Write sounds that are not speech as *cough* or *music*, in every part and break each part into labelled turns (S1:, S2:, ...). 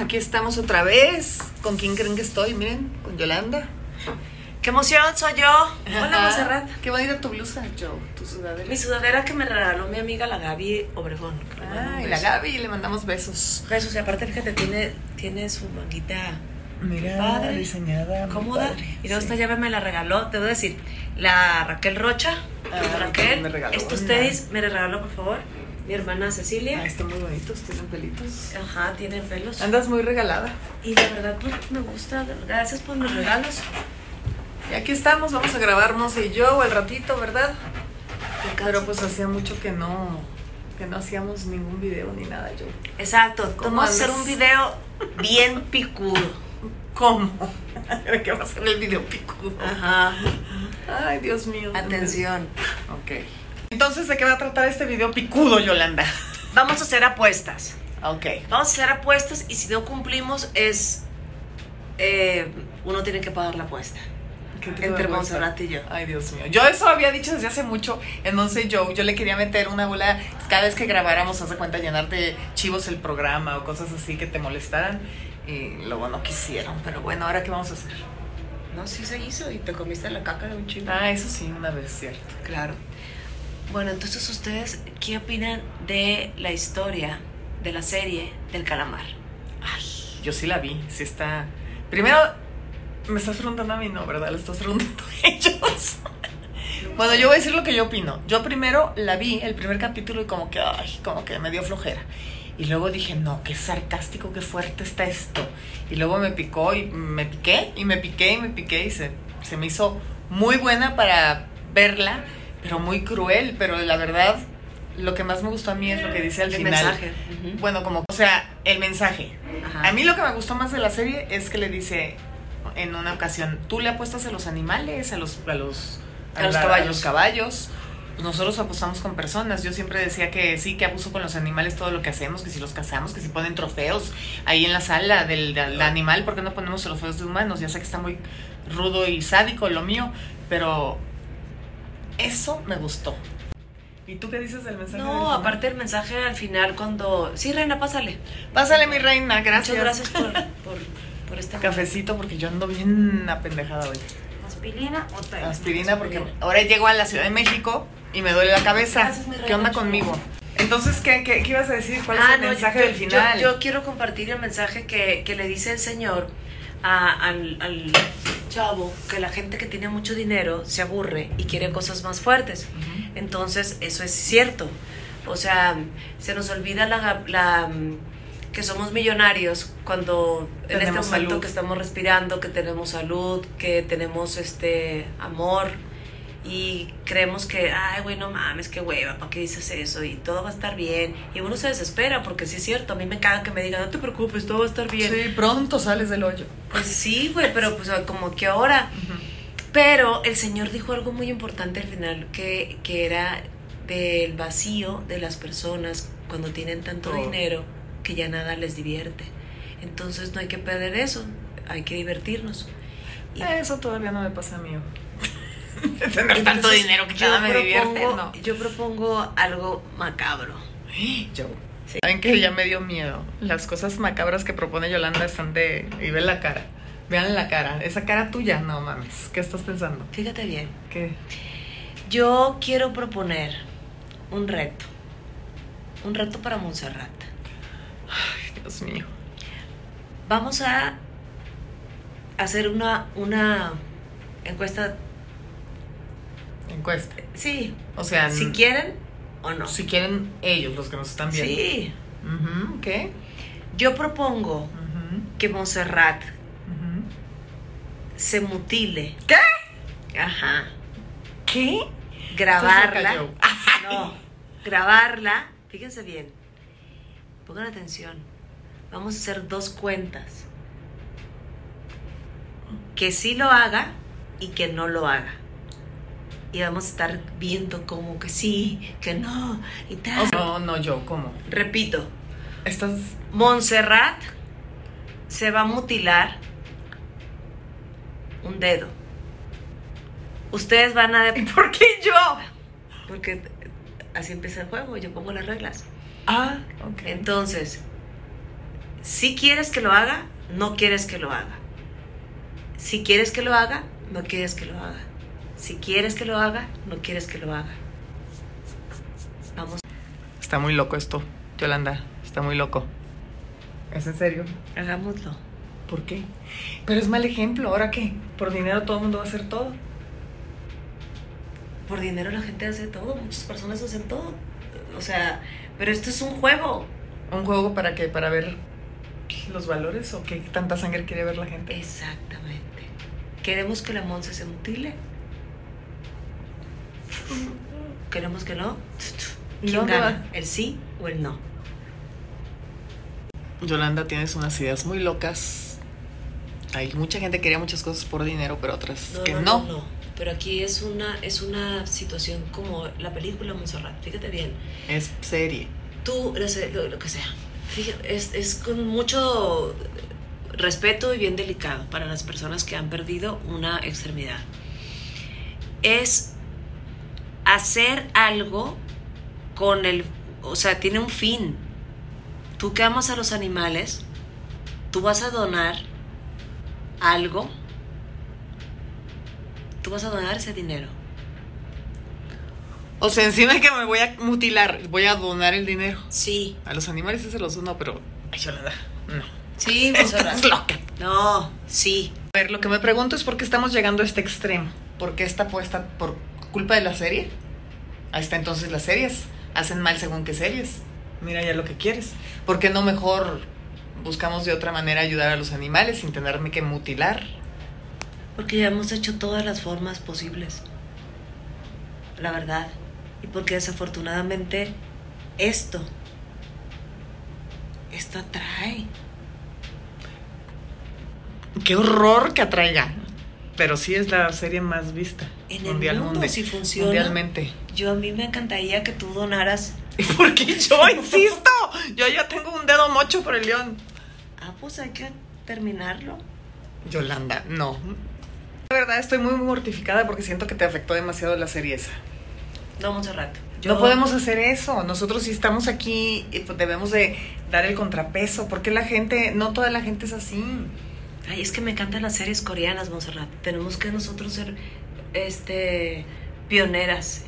S1: Aquí estamos otra vez. ¿Con quién creen que estoy? Miren, con Yolanda.
S2: ¡Qué emoción! Soy yo. Hola,
S1: Ajá.
S2: Monserrat.
S1: Qué bonita tu blusa, Joe, tu sudadera.
S2: Mi sudadera que me regaló mi amiga la Gaby Obregón. que le mando un
S1: Ay, la
S2: beso.
S1: Gaby, le mandamos besos.
S2: Besos, y aparte, fíjate, tiene, tiene su manguita
S1: Mira,
S2: Padre.
S1: diseñada. muy
S2: cómoda.
S1: padre,
S2: Y luego
S1: sí.
S2: esta llave me la regaló, te voy a decir, la Raquel Rocha.
S1: Ah,
S2: Raquel,
S1: me regaló
S2: estos
S1: una.
S2: tenis me los regaló, por favor, mi hermana Cecilia.
S1: Ah, están muy bonitos, tienen pelitos.
S2: Ajá, tienen pelos.
S1: Andas muy regalada.
S2: Y la verdad, pues, me gusta. Gracias por los regalos.
S1: Y aquí estamos, vamos a grabar Monse y yo al ratito, ¿verdad? Pero pues hacía mucho que no, que no hacíamos ningún video ni nada, yo.
S2: Exacto,
S1: ¿Cómo
S2: vamos a hacer
S1: andas?
S2: un video bien picudo.
S1: ¿Cómo? *laughs* Creo que va a ser el video picudo.
S2: Ajá.
S1: Ay, Dios mío.
S2: Atención.
S1: Ok. Entonces, ¿de qué va a tratar este video picudo, Yolanda?
S2: Vamos a hacer apuestas.
S1: Ok.
S2: Vamos a hacer apuestas y si no cumplimos es... eh, uno tiene que pagar la apuesta.
S1: ¿Qué tipo de
S2: Entre
S1: apuesta?
S2: Monserrat y yo.
S1: Ay, Dios mío. Yo eso había dicho desde hace mucho en Monse Joe. Yo le quería meter una bola cada vez que grabáramos, hace cuenta, llenar de chivos el programa o cosas así que te molestaran. Y luego no quisieron. Pero bueno, ¿ahora qué vamos a hacer?
S2: No, sí se hizo y te comiste la caca de un chingo.
S1: Ah, eso sí, una vez, cierto.
S2: Claro. Bueno, entonces ustedes, ¿qué opinan de la historia de la serie del calamar?
S1: Ay, yo sí la vi. Sí está. Primero, me estás preguntando a mí, no, ¿verdad? Le estás preguntando a ellos. *laughs* Bueno, yo voy a decir lo que yo opino. Yo primero la vi, el primer capítulo, y como que, ay, como que me dio flojera. Y luego dije, no, qué sarcástico, qué fuerte está esto. Y luego me picó y me piqué, y me piqué, y me piqué, y se, se me hizo muy buena para verla, pero muy cruel. Pero la verdad, lo que más me gustó a mí es lo que dice al
S2: El
S1: final.
S2: mensaje.
S1: Bueno, como, o sea, el mensaje.
S2: Ajá.
S1: A mí lo que me gustó más de la serie es que le dice en una ocasión, tú le apuestas a los animales, a los a los
S2: A los
S1: la-
S2: caballos.
S1: los caballos. Nosotros apostamos con personas. Yo siempre decía que sí, que abuso con los animales todo lo que hacemos, que si los cazamos, que si ponen trofeos ahí en la sala del, del animal, ¿por qué no ponemos trofeos de humanos? Ya sé que está muy rudo y sádico lo mío, pero eso me gustó. ¿Y tú qué dices del mensaje? del
S2: No,
S1: final?
S2: aparte el mensaje al final cuando... Sí, Reina, pásale.
S1: Pásale, mi reina, gracias.
S2: Muchas gracias por, por, por *laughs* esta...
S1: Cafecito porque yo ando bien apendejada hoy.
S2: ¿Aspirina o té?
S1: Aspirina porque ahora llego a la Ciudad de México y me duele la cabeza.
S2: Gracias, mi
S1: ¿Qué
S2: reina
S1: onda
S2: chula.
S1: conmigo? Entonces, ¿qué, qué, qué ibas a decir? ¿Cuál es el
S2: Ah, no,
S1: mensaje
S2: yo-
S1: del
S2: yo-
S1: final?
S2: Yo, quiero compartir el mensaje que, que le dice el Señor a- al, al chavo que la gente que tiene mucho dinero se aburre y quiere cosas más fuertes.
S1: Ujú.
S2: Entonces, eso es cierto. O sea, se nos olvida la, la- que somos millonarios cuando en este
S1: Tenemos
S2: momento
S1: salud.
S2: que estamos respirando, que tenemos salud, que tenemos este amor y creemos que, ay, güey, no mames, qué hueva, ¿para qué dices eso? Y todo va a estar bien. Y uno se desespera porque sí es cierto, a mí me caga que me digan, no te preocupes, todo va a estar bien.
S1: Sí, pronto sales del hoyo.
S2: Pues sí, güey, pero pues como que ahora. Pero el Señor dijo algo muy importante al final, que, que era del vacío de las personas cuando tienen tanto
S1: Oh.
S2: dinero que ya nada les divierte. Entonces no hay que perder eso, hay que divertirnos. Y-
S1: Eh, Eso todavía no me pasa a mí. *laughs* Tener tanto
S2: entonces,
S1: dinero que
S2: yo
S1: nada me divierte,
S2: propongo-
S1: no.
S2: Yo propongo algo macabro.
S1: *gasps* Yo.
S2: Sí.
S1: Saben que ya me dio miedo. Las cosas macabras que propone Yolanda están de. Y ve la cara. Vean la cara. Esa cara tuya, no mames. ¿Qué estás pensando?
S2: Fíjate bien,
S1: ¿Qué?
S2: yo quiero proponer un reto, un reto para Montserrat.
S1: Ay, Dios mío.
S2: Vamos a hacer una, una encuesta.
S1: Encuesta.
S2: Sí,
S1: O sea,
S2: si quieren o no.
S1: si quieren ellos, los que nos están viendo.
S2: Sí.
S1: Ujú, ¿Qué?
S2: Yo propongo
S1: Ujú,
S2: que Montserrat
S1: ujú.
S2: se mutile. Ajá.
S1: ¿Qué?
S2: Grabarla. Ah,
S1: Estás loca, Joe.
S2: No. Grabarla. Fíjense bien. Pongan atención. Vamos a hacer dos cuentas. Que sí lo haga y que no lo haga. Y vamos a estar viendo como que sí, que no y tal.
S1: O sea, no, no, yo, ¿cómo?
S2: Repito,
S1: Estás.
S2: Montserrat se va a mutilar un dedo. Ustedes van a...
S1: ¿Y por qué yo?
S2: Porque así empieza el juego, yo pongo las reglas.
S1: Ah, ok.
S2: Entonces, Si quieres que lo haga, no quieres que lo haga. Si quieres que lo haga, no quieres que lo haga. Si quieres que lo haga, no quieres que lo haga. Vamos.
S1: Está muy loco esto, Yolanda. Está muy loco. ¿Es en serio?
S2: Hagámoslo.
S1: ¿Por qué? Pero es mal ejemplo. ¿Ahora qué? Por dinero todo el mundo va a hacer todo.
S2: Por dinero la gente hace todo, muchas personas hacen todo. O sea, pero esto es un juego.
S1: ¿Un juego para qué? ¿Para ver los valores o qué tanta sangre quiere ver la gente?
S2: Exactamente. ¿Queremos que la Monza se mutile? ¿Queremos que no?
S1: ¿Y
S2: ¿Quién
S1: dónde
S2: gana? ¿El sí o el no?
S1: Yolanda, tienes unas ideas muy locas. Hay mucha gente que quería muchas cosas por dinero, pero otras que no.
S2: Pero aquí es una, es una situación como la película Montserrat. Fíjate bien.
S1: Es serie.
S2: tú, no sé, lo, lo que sea. Fíjate, es, es con mucho respeto y bien delicado para las personas que han perdido una extremidad. Es hacer algo con el, o sea, tiene un fin. Tú que amas a los animales, tú vas a donar algo, tú vas a donar ese dinero.
S1: O sea, encima de que me voy a mutilar, voy a donar el dinero.
S2: Sí,
S1: A los animales sí se los dono, pero a Yolanda, no.
S2: sí, pues,
S1: Estás loca.
S2: No, sí,
S1: A ver, lo que me pregunto es por qué estamos llegando a este extremo. ¿Por qué esta apuesta por culpa de la serie? Ahí está entonces las series. Hacen mal según qué series. Mira ya lo que quieres. ¿Por qué no mejor buscamos de otra manera ayudar a los animales sin tenerme que mutilar?
S2: Porque ya hemos hecho todas las formas posibles. La verdad. Y porque desafortunadamente esto, esto atrae.
S1: Qué horror que atraiga. Pero sí es la serie más vista.
S2: En el mundo, si funciona.
S1: Mundialmente. *laughs*
S2: Yo a mí me encantaría que tú donaras.
S1: Porque yo insisto. Yo ya tengo un dedo mocho por el león.
S2: Ah, pues hay que terminarlo.
S1: Yolanda, no. La verdad estoy muy mortificada porque siento que te afectó demasiado la serie esa.
S2: No, Monserrat.
S1: No podemos hacer eso. Nosotros sí estamos aquí y pues debemos de dar el contrapeso. Porque la gente, no toda la gente es así.
S2: Ay, es que me encantan las series coreanas, Monserrat. Tenemos que nosotros ser este pioneras.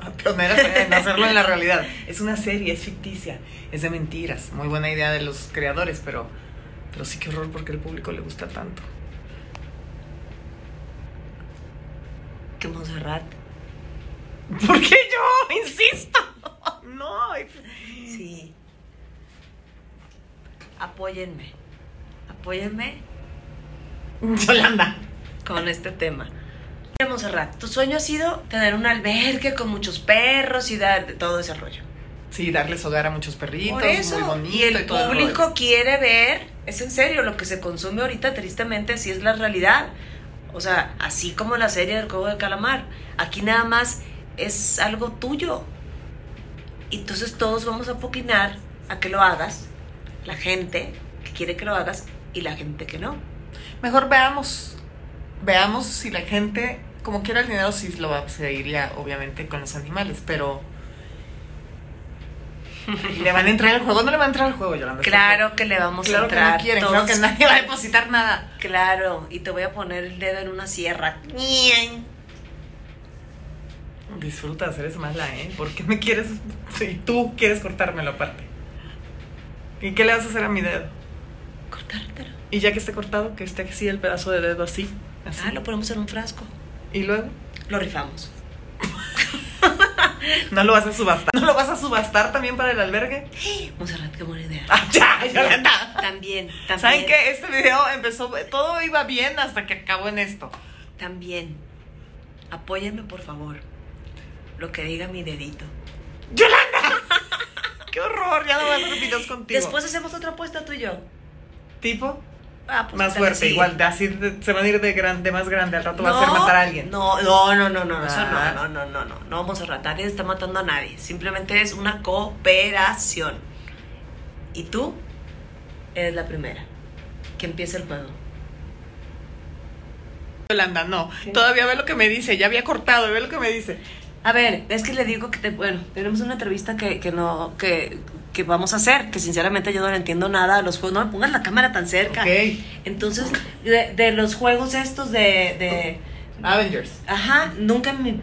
S1: *laughs* Pioneras en hacerlo en la realidad. Es una serie, es ficticia, es de mentiras. Muy buena idea de los creadores, pero, pero sí que horror porque el público le gusta tanto.
S2: Que Monserrat.
S1: *laughs* ¿Por qué yo? Insisto. No, es-
S2: Sí. Apóyenme. Apóyenme
S1: *laughs* Yolanda.
S2: con este tema. Mira, Monserrat, tu sueño ha sido tener un albergue con muchos perros y dar de todo ese rollo.
S1: Sí, darles hogar a muchos perritos,
S2: Por eso,
S1: muy bonito.
S2: y el
S1: todo rollo.
S2: público quiere ver, es en serio, lo que se consume ahorita tristemente sí es la realidad. O sea, así como la serie del Juego de Calamar, aquí nada más es algo tuyo. Entonces todos vamos a poquinar a que lo hagas, la gente que quiere que lo hagas y la gente que no.
S1: Mejor veamos, veamos si la gente, como quiera el dinero, sí lo va a seguir ya, obviamente, con los animales, *laughs* pero... ¿Le van a entrar al juego? No le van a entrar al juego, Yolanda.
S2: Claro que le vamos
S1: claro
S2: a entrar.
S1: que no quieren,
S2: todos-
S1: claro que nadie va a depositar nada.
S2: Claro, y te voy a poner el dedo en una sierra.
S1: Disfruta, eres mala, ¿eh? ¿Por qué me quieres? *laughs* Si tú quieres cortármelo aparte. ¿Y qué le vas a hacer a mi dedo?
S2: Cortártelo.
S1: Y ya que esté cortado, que esté así el pedazo de dedo así. así.
S2: Ah, lo ponemos en un frasco.
S1: Y luego,
S2: Lo rifamos.
S1: ¿no lo vas a subastar? *laughs* ¿No lo vas a subastar también para el albergue? *laughs*
S2: Monserrat, qué buena idea.
S1: ¡Ah, ya! ¡Yolanda!
S2: También, también.
S1: ¿Saben qué? Este video empezó, todo iba bien hasta que acabó en esto.
S2: También. Apóyenme, por favor. Lo que diga mi dedito.
S1: ¡Qué horror! Ya no voy a hacer videos contigo.
S2: Después hacemos otra apuesta tú y yo.
S1: tipo,
S2: Ah, pues
S1: más
S2: que te la
S1: fuerte,
S2: sigue.
S1: igual, de así de- se van a ir de, gran, de más grande, al rato va a
S2: No,
S1: ser matar a alguien.
S2: No, no, no, no, no, eso
S1: Ah.
S2: no, no, no, no, no. No vamos a ratar, nadie está matando a nadie. Simplemente es una cooperación. Y tú eres la primera que empieza el juego.
S1: Yolanda, no. Todavía ve lo que me dice, ya había cortado, ve lo que me dice.
S2: A ver, es que le digo que te, bueno, tenemos una entrevista que, que no, que, que que vamos a hacer, que sinceramente yo no le entiendo nada a los juegos, no me pongas la cámara tan cerca.
S1: Ok.
S2: Entonces, de, de los juegos estos de, de-
S1: Avengers.
S2: Ajá, nunca en mi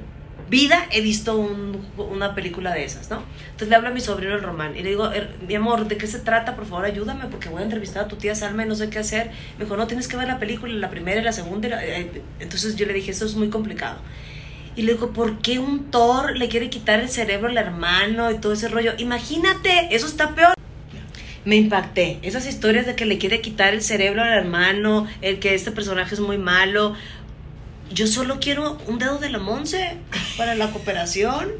S2: vida he visto un- una película de esas, ¿no? Entonces le hablo a mi sobrino el Román y le digo, "Er- mi amor, ¿de qué se trata? Por favor, ayúdame porque voy a entrevistar a tu tía Salma y no sé qué hacer. Me dijo, no, tienes que ver la película, la primera y la segunda. y la- eh". Entonces yo le dije, eso es muy complicado. Y le digo, ¿por qué un Thor le quiere quitar el cerebro al hermano y todo ese rollo? Imagínate, eso está peor. Me impacté. Esas historias de que le quiere quitar el cerebro al hermano, el que este personaje es muy malo. Yo solo quiero un dedo de la Monse para la cooperación.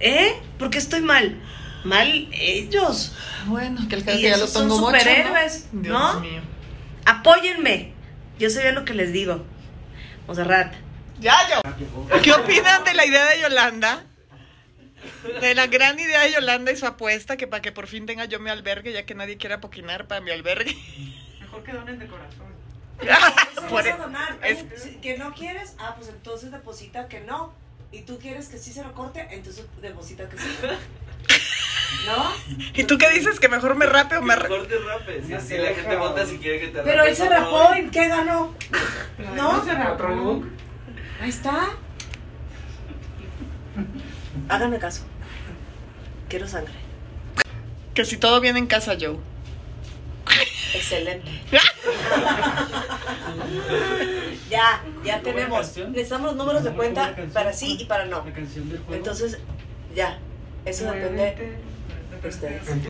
S2: ¿Eh? ¿Por qué estoy mal? Mal ellos.
S1: Bueno, que el
S2: Y
S1: caso que ya lo
S2: esos son
S1: tengo mucho.
S2: superhéroes,
S1: ¿no?
S2: ¿no?
S1: Dios mío.
S2: Apóyenme. Yo sé bien lo que les digo. Monserrat.
S1: Yayo, ¿qué opinan de la idea de Yolanda? De la gran idea de Yolanda y su apuesta que para que por fin tenga yo mi albergue, ya que nadie quiera poquinar para mi albergue. *laughs*
S3: Mejor que dones de corazón.
S1: Ah, Por- e- es-
S2: Que no quieres, ah, pues entonces deposita que no. Y tú quieres que sí se lo corte, entonces deposita que
S1: *laughs*
S2: sí. ¿No?
S1: ¿Y tú qué dices? ¿Que mejor me rape o me ra-
S4: Mejor te rapes. Si la gente vota si quiere que te
S2: Pero él
S4: rapes,
S2: se
S4: no.
S2: rapó y ¿qué ganó?
S3: No, se rapó.
S2: Ahí está. Háganme caso. Quiero sangre.
S1: Que si todo viene en casa, Joe.
S2: Excelente. ya, ya tenemos. Necesitamos los números de cuenta para sí y para no.
S5: La canción del juego.
S2: Entonces, ya. Eso depende de ustedes.